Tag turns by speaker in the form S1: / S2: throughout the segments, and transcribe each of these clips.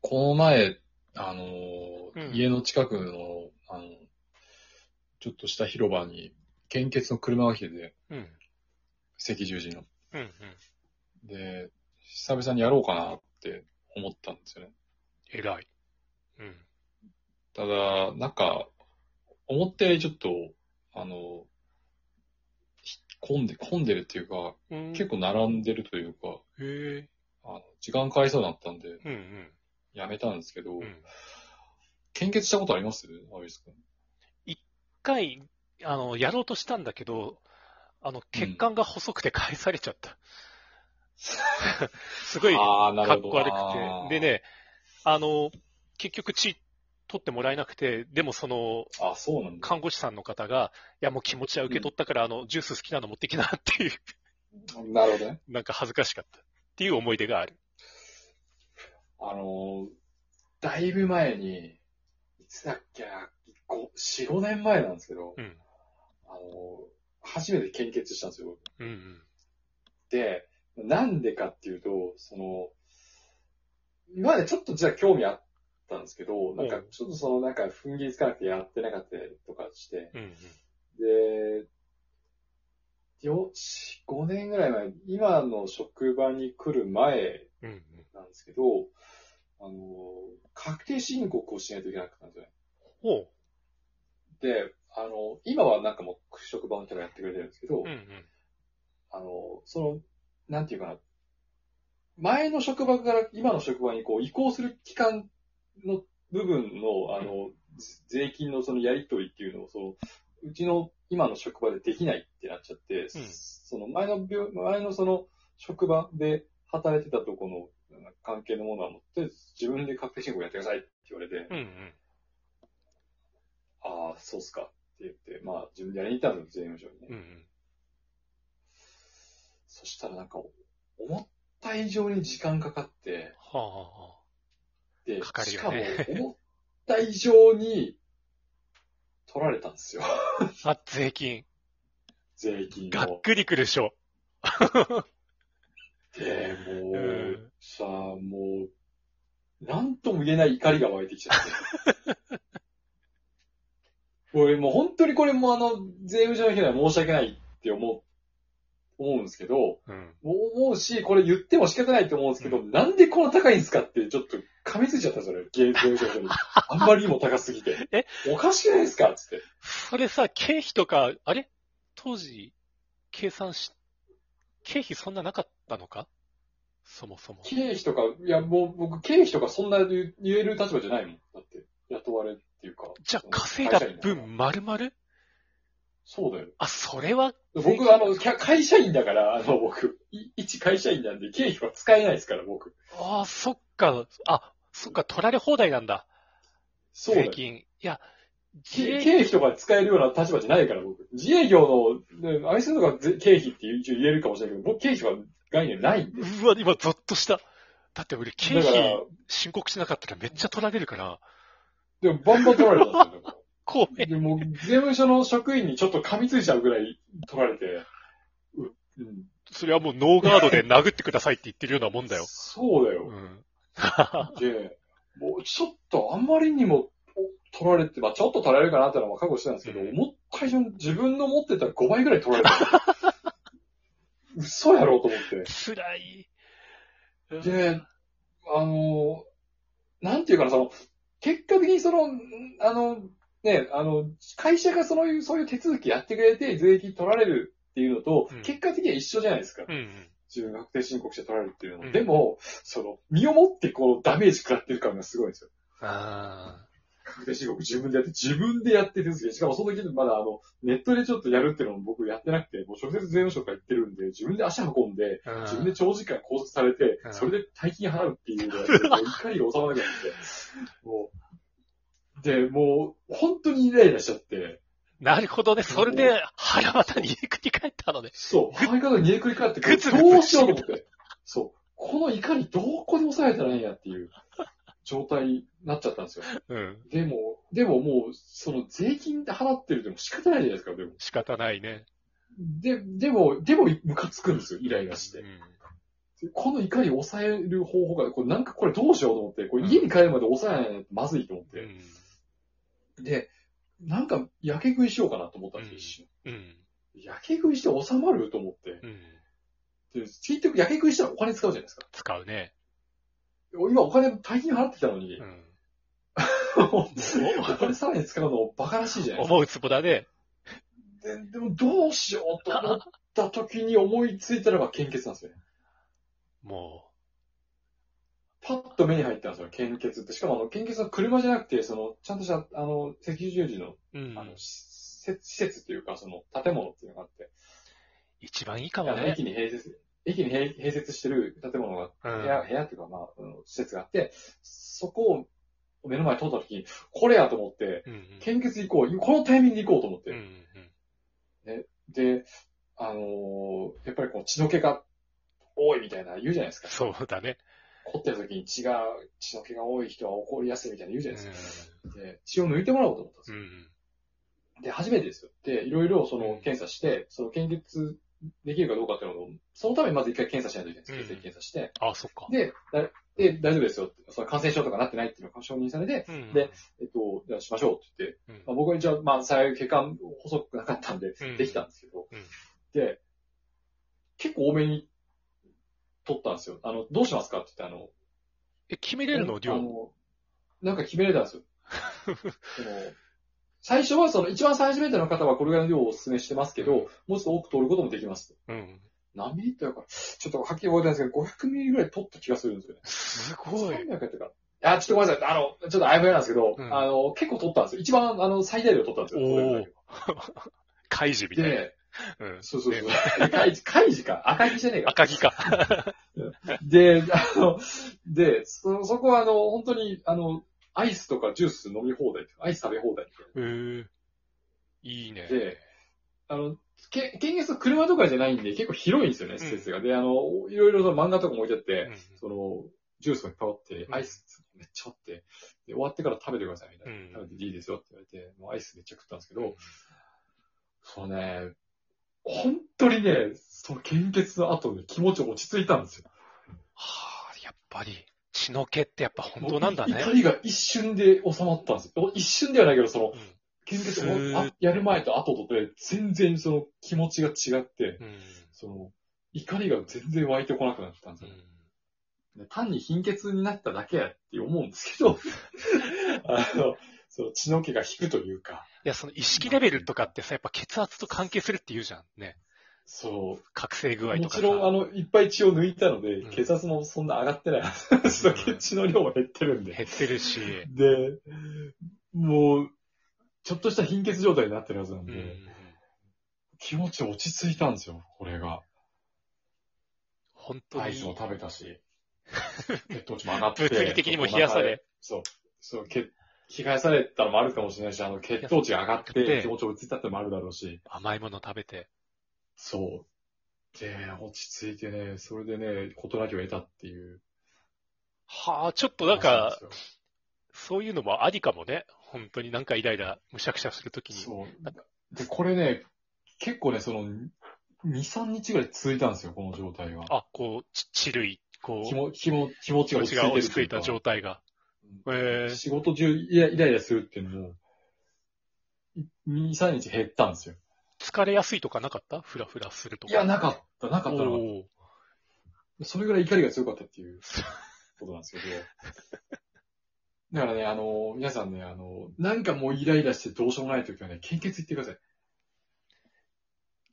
S1: この前、あのー
S2: うん
S1: 家の近くの、あの、ちょっとした広場に、献血の車が来てて、
S2: うん。
S1: 赤十字の。
S2: うん。うん。
S1: で、久々にやろうかなって思ったんですよね。
S2: 偉い。うん。
S1: ただ、なんか、思ったよりちょっと、あの、ひ混んで、混んでるっていうか、
S2: うん
S1: 結構並んでるというか、
S2: へ
S1: あの時間かかりそうだったんで、
S2: え。うん
S1: やめたんですけど、
S2: うん。うん。
S1: 献血したことありますアビス君。
S2: 一回、あの、やろうとしたんだけど、あの、血管が細くて返されちゃ った。すごい、か
S1: ああ、な
S2: っこ悪くて。でね、あの、結局血取ってもらえなくて、でもその、
S1: あーあ、そうなんだ。
S2: 看護師さんの方が、いやもう気持ちは受け取ったから、あの、ジュース好きなの持ってきなっていう、
S1: なるほどね。
S2: なんか恥ずかしかった。っていう思い出がある。
S1: あのー、だいぶ前に、いつだっけな、5、4、5年前なんですけど、
S2: うん。
S1: あのー、初めて献血したんですよ。僕
S2: うんうん。
S1: で、なんでかっていうと、その、今までちょっとじゃあ興味あったんですけど、なんか
S2: うん
S1: ちょっとそのなんか踏ん切りつかなくてやってなかったりとかして、
S2: うんうん。
S1: で、よ、5年ぐらい前、今の職場に来る前
S2: うんうん。
S1: なんですけど、あの、確定申告をしないといけなかったんですよね。
S2: おう。
S1: で、あの、今はなんかもう職場の人がやってくれてるんですけど、
S2: うんうん。
S1: あの、その、なんていうかな、前の職場から今の職場にこう移行する期間の部分の、あの、ず税金のそのやり取りっていうのを、その、うちの今の職場でできないってなっちゃって、その前の病、前のその職場で働いてたとこの関係のものは持って、自分で確定申告やってくださいって言われて、
S2: うんうん。
S1: ああ、そうっすかって言って、まあ自分でやりに行ったんですよ、税務署にね。
S2: うんうん。
S1: そしたらなんか、思った以上に時間かかって、
S2: はあ、はあはあ。
S1: で、
S2: かかる
S1: し
S2: よ
S1: かも
S2: ね、
S1: 思った以上に取られたんですよ。
S2: あ、税金。
S1: 税金
S2: がっ
S1: を。
S2: くりくるでしょ。
S1: で、も
S2: う
S1: う、
S2: ん。
S1: さあ、もう、なんとも言えない怒りが湧いてきちゃって。 俺もう本当にこれもうあの、税務署の人には申し訳ないって思う、思うんですけど、
S2: うん。
S1: 思うし、これ言っても仕方ないと思うんですけど、なんでこんな高いんですかって、ちょっと噛みついちゃったんですよね、ゲーム上 に。あんまりにも高すぎて。
S2: え
S1: おかしくないですかつって。
S2: それさ、経費とか、あれ当時、計算し、経費そんななかったのかそもそも。
S1: 経費とか、いや、もう僕、経費とかそんな言う言える立場じゃないもん。だって、雇われっていうか。
S2: じゃ
S1: その
S2: あ稼いだ
S1: 会社員から
S2: 分、丸々
S1: そうだよ。
S2: あ、それは、
S1: 僕、あの、きゃ会社員だから、あの、僕、い一会社員なんで、経費は使えないですから、僕。
S2: ああ、そっか、あ、そっか、取られ放題なんだ。
S1: そうだ
S2: 税
S1: よ。
S2: 金。いや、
S1: 経
S2: 税
S1: 経費とか使えるような立場じゃないから、僕。自営業の、ね、愛するのが経費って一応言えるかもしれないけど、僕、経費は概念ないんで。
S2: うわ、今、ゾッとした。だって俺、経
S1: だから
S2: 費、申告しなかったらめっちゃ取られるから、
S1: でもバンバン取られたんですよ。だか
S2: こう
S1: らでも、税務署の職員にちょっと噛みついちゃうぐらい取られて、ううん。
S2: それはもうノーガードで殴ってくださいって言ってるようなもんだよ。
S1: そうだよ。
S2: うん。
S1: で、もうちょっとあんまりにもお取られて、まあちょっと取られるかなってのは覚悟してたんですけど、
S2: うん
S1: 思った以上に自分の持ってた5倍ぐらい取られた。 嘘やろうと思って。
S2: 辛い。
S1: で、あの、なんていうかな、その、結果的にその、んあの、ね、あの、会社がそのいう、そういう手続きやってくれて、税金取られるっていうのと、
S2: うん
S1: 結果的には一緒じゃないですか。
S2: うんうん。
S1: 自分が確定申告して取られるっていうの。
S2: うん
S1: でも、その、身をもってこう、ダメージ食らってる感がすごいんですよ。
S2: あ
S1: 確定申告自分でやって、自分でやってるんですけど、しかもその時まだあの、ネットでちょっとやるっていうのも僕やってなくて、もう直接税務署から行ってるんで、自分で足運んで、
S2: あ。
S1: 自分で長時間拘束されて
S2: う、ん
S1: それで大金払うっていうのをや って、もう怒りが収まらなくなって、もう、で、もう、本当にイライラしちゃって、
S2: なるほどね。それで腹渡に繰り返ったのね。
S1: そう、相方に煮えくり返って、
S2: ぐつぐつ
S1: どうしようと思って、そう、この怒りどこで抑えたらいいんやっていう状態になっちゃったんですよ。
S2: うん。
S1: でも、でももう、その税金で払ってるでも仕方ないじゃないですか、でも。
S2: 仕方ないね。
S1: で、でも、でも、ムカつくんですよ、イライラし
S2: う
S1: て。
S2: ん。
S1: この怒りを抑える方法が、これなんかこれどうしようと思って、これ家に帰るまで抑えないとまずいと思っ
S2: う
S1: て。
S2: ん。
S1: で、なんか、やけ食いしようかなと思ったんですよ、
S2: うん
S1: 一瞬。
S2: うん。
S1: やけ食いして収まると思って。
S2: うん。
S1: で、結局、やけ食いしたらお金使うじゃないですか。
S2: 使うね。
S1: 今お金大金払ってきたのに、
S2: うん。
S1: お金さらに使うのバカらしいじゃないですか。
S2: 思うツボだね。
S1: ででも、どうしようと思った時に思いついたのが献血なんですよね。
S2: も
S1: パッと目に入ったんですよ、献血って。しかも、あの、献血は車じゃなくて、その、ちゃんとした、あの、赤十字の、
S2: う。うん
S1: あ。の、施設施設っていうか、その、建物っていうのがあって、
S2: 一番いいか
S1: あ
S2: も
S1: の
S2: ね。
S1: 駅に併設、駅に併併設してる建物が
S2: う
S1: 部屋、
S2: ん。
S1: 部屋っていうか、まあ、あの施設があって、そこを目の前に通った時に、これやと思って、
S2: うん。
S1: 献血行こう、このタイミングで行こうと思って。
S2: うんうん。
S1: で、あのーやっぱりこう血の気が多いみたいな言うじゃないですか。
S2: そうだね。
S1: 凝ってる時に血が、血の気が多い人は怒りやすいみたいな言うじゃないですか。
S2: う
S1: で血を抜いてもらおうと思ったんですよ。
S2: ん。で
S1: で、初めてですよ。で、いろいろその
S2: うん
S1: 検査して、その献血できるかどうかっていうのを、そのためにまず一回検査しないといけないんです。
S2: うん
S1: 血液検査して、
S2: あ、そっか。
S1: で、だで、大丈夫ですよって。その感染症とかなってないっていうのが承認されて、
S2: うん
S1: で、えっと、じゃあしましょうって言って、
S2: うん
S1: まあ、僕は一応、まあ、幸い血管細くなかったんで
S2: うん、
S1: できたんですけど、
S2: うん
S1: で、結構多めに取ったんですよ。あの、どうしますかって言って、あの、
S2: え、決めれるの
S1: あ
S2: 量。
S1: のなんか決めれたんですよ。 その最初はその、一番最初めての方はこれぐらいの量をお勧めしてますけど、
S2: うん
S1: もうちょっと多く取ることもできますと。
S2: うん。
S1: 何ミリってやから、ちょっとはっきり覚えてないですけど、500ミリぐらい取った気がするんですよね。
S2: すごい。
S1: 300やってから。あ、ちょっとごめんなさい。あの、ちょっと曖昧なんですけど、
S2: うん
S1: あの、結構取ったんですよ。一番、あの、最大量取ったんですよ。
S2: おー
S1: これぐらい
S2: 開示みたい
S1: で、
S2: な。うん。
S1: そうそうそう。カイジ、カイジか。赤木じゃねえか。
S2: 赤木か。
S1: で、あの、で、そ、そこはあの、本当に、あの、アイスとかジュース飲み放題とか、アイス食べ放題みたい
S2: へえ。いいね。
S1: なで、あの、け、県月車とかじゃないんで、結構広いんですよね、施設が。で、あの、いろいろと漫画とかも置いてあって、
S2: うん
S1: その、ジュースがいっぱいあって
S2: う、ん
S1: アイスめっちゃあって、で、終わってから食べてくださいみたいな。
S2: うん
S1: 食べていいですよって言われて、もうアイスめっちゃ食ったんですけ
S2: う
S1: ど、
S2: ん
S1: そうね、本当にね、その献血の後で気持ち落ち着いたんですよ。
S2: はあ、やっぱり、血の気ってやっぱ本当なんだ
S1: もう
S2: ね
S1: 怒。りが一瞬で収まったんですよ。一瞬ではないけど、その、
S2: う
S1: 献血
S2: スー
S1: をあやる前と後とで、全然その気持ちが違って、
S2: ん。うん
S1: その、怒りが全然湧いてこなくなったんです
S2: う
S1: よ。
S2: ん
S1: ね単に貧血になっただけやって思うんですけど、 あの、その血の気が引くというか、
S2: いや、その意識レベルとかってさ、やっぱ血圧と関係するって言うじゃん。ね。
S1: そ
S2: 覚醒
S1: う、
S2: 具合と
S1: も
S2: か
S1: ち
S2: さ。
S1: ろん、あの、いっぱい血を抜いたので、
S2: うん
S1: 血圧もそんな上がってないはずなんですよ。
S2: うん
S1: 血の量は減ってるんで。
S2: 減ってるし。
S1: で、もう、ちょっとした貧血状態になってるはずなんで、
S2: うん。
S1: 気持ち落ち着いたんですよ、これが。
S2: 本当
S1: アイス
S2: に
S1: も。食べた し、血糖値も上がって。
S2: 物理的にも冷やされ。
S1: そう。そう、血、冷やされたのもあるかもしれないし、あの、血糖値が上がっ
S2: 冷やされて
S1: て、気持ち落ち着いたってのもあるだろうし、
S2: 甘いもの食べて。
S1: そう。で、落ち着いてね、それでね、事なきを得たっていう。
S2: はあ、ちょっとなんか
S1: 話、なんです
S2: そういうのもありかもね。本当になんかイライラ、むしゃくしゃするときに。
S1: よ、そう。で、これね、結構ね、その、2、3日ぐらい続いたんですよ、この状態が。
S2: あ、こう、ち、ちるい、こ
S1: 気
S2: う、
S1: も、気も、気持ち
S2: 気
S1: が
S2: 持
S1: 落ち着いてる
S2: ちが
S1: というか。
S2: 落ち着いた状態が。ええ
S1: 仕事中イライライラするっていうのも、2、3日減ったんですよ。
S2: 疲れやすいとかなかったフラフラすると
S1: い
S2: か。
S1: や、なかった、なかったなかっ
S2: おー
S1: た。それぐらい怒りが強かったっていうことなんですけど。 だからね、あの、皆さんね、あの、なんかもうイライラしてどうしようもない時はね、献血行ってください。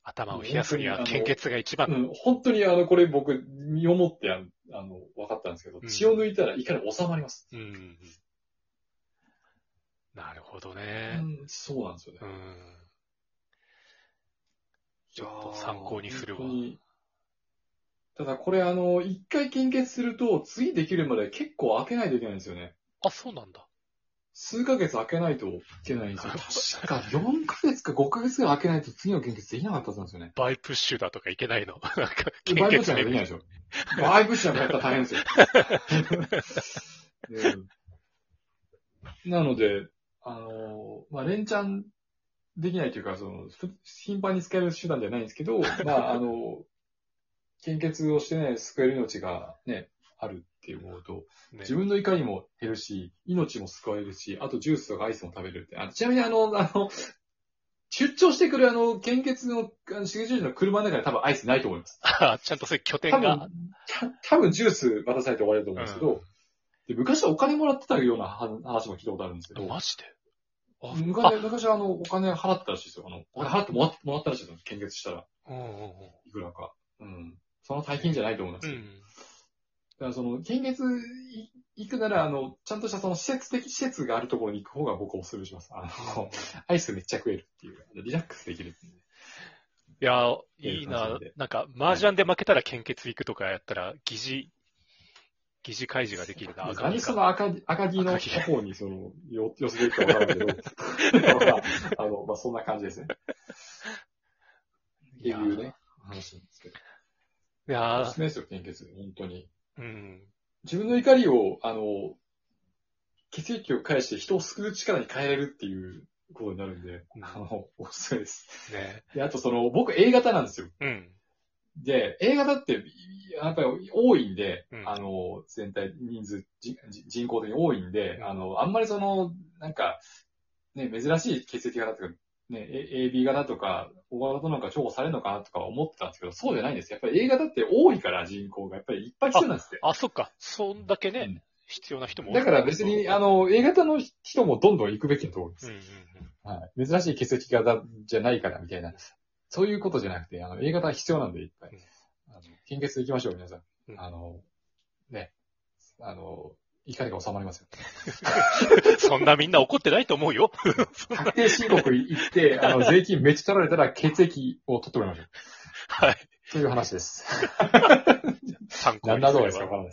S2: 頭を冷やすには献血が一番。
S1: うん、本当にあの、これ僕、身をもってあの、あの、分かったんですけど
S2: う、ん
S1: 血を抜いたら怒り収まります。
S2: うんうんなるほど
S1: う
S2: ね。
S1: ん、そうなんですよね
S2: う。ん。ちょっと参考にするわ
S1: いやー本当にただこれあの、一回献血すると、次できるまで結構開けないといけないんですよね。
S2: あ、そうなんだ。
S1: 数ヶ月開けないといけないんですよ。確か4ヶ月か5ヶ月ぐらい開けないと次の献血できなかったはずなんですよね。
S2: バイプッシュだとかいけないの。 なんか、
S1: で
S2: 献
S1: バイブ
S2: 血
S1: シャンができない
S2: ね
S1: でしょ。バイブシャンがやったら大変ですよ。 うんなので、あの、まあ、連チャンできないというか、その、ふ頻繁に使える手段ではないんですけど、まあ、あの、献血をしてね、救える命がね、あるって思うと、
S2: ね
S1: 自分のいかにも減るし、命も救われるし、あとジュースとかアイスも食べれるって。あちなみにあの、あの、出張してくるあの、献血の、あの、赤十字の車の中に多分アイスないと思います。
S2: あちゃんとそういう拠点
S1: 多分、
S2: が
S1: た。多分ジュース渡されて終わりだと思うんですけど、で昔はお金もらってたような話も聞いたことあるんですけど、
S2: マジであ
S1: 昔昔はあの、お金払ってたらしいですよ。あの、お金払ってもらもらったらしいですよ。献血したら、
S2: あうんうんうん
S1: いくらか。うん。その大金じゃないと思います。
S2: う
S1: だ
S2: ん。
S1: からその、献血い行くなら、あの、ちゃんとしたその施設的、施設があるところに行く方が僕はおすすめします。あの、 アイスめっちゃ食えるっていう。リラックスできるっていう。
S2: いや、いい
S1: 感
S2: な
S1: じで。
S2: なんか、麻雀で負けたら献血行くとかやったら、疑似、疑似開示ができるな。赤
S1: 何
S2: 木
S1: そ
S2: が
S1: の赤木、赤木の
S2: 赤木
S1: 方にその、よ、寄せていくかわからんけ ど、まああの、まあ、そんな感じですね。って
S2: い
S1: い
S2: や
S1: うね、話なんですけど。
S2: いや
S1: おすすめですよ、献血。本当に。
S2: うん。
S1: 自分の怒りを、あの、血液を返して人を救う力に変えれるっていうことになるんで、
S2: うん
S1: あの、おすすめです。
S2: ね。
S1: で、あとその、僕 A 型なんですよ。
S2: うん。
S1: で、A 型って、いやっぱり多いんで、
S2: うん
S1: あの、全体、人数、じじ人口的に多いんで、
S2: うん
S1: あの、あんまりその、なんか、ね、珍しい血液型とか、ね、A- AB 型とか、O 型なんか重宝されるのかなとか思ってたんですけど、そうじゃないんですよ。やっぱり A 型って多いから人口が、やっぱりいっぱい必要なんですって。
S2: あ、そっか。そんだけね、
S1: うん
S2: 必要な人も多い
S1: だから別に、あ
S2: の、
S1: の、A 型の人もどんどん行くべきだと思いま
S2: うん
S1: す。
S2: うんうん。
S1: はい、珍しい血液型じゃないからみたいな、そういうことじゃなくて、あの、A 型は必要なんでいっぱい
S2: うん。
S1: あの献血行きましょう、皆さん。
S2: うん
S1: あの、ね、あの、怒りが収まり ますよ。
S2: そんなみんな怒ってないと思うよ。
S1: 確定申告行って、あの、税金めっちゃ取られたら血液を取ってもらいましょう。
S2: はい。
S1: という話です。
S2: 参考
S1: 何
S2: に
S1: だ
S2: す
S1: どう
S2: れ
S1: ですか、
S2: ば
S1: こ。の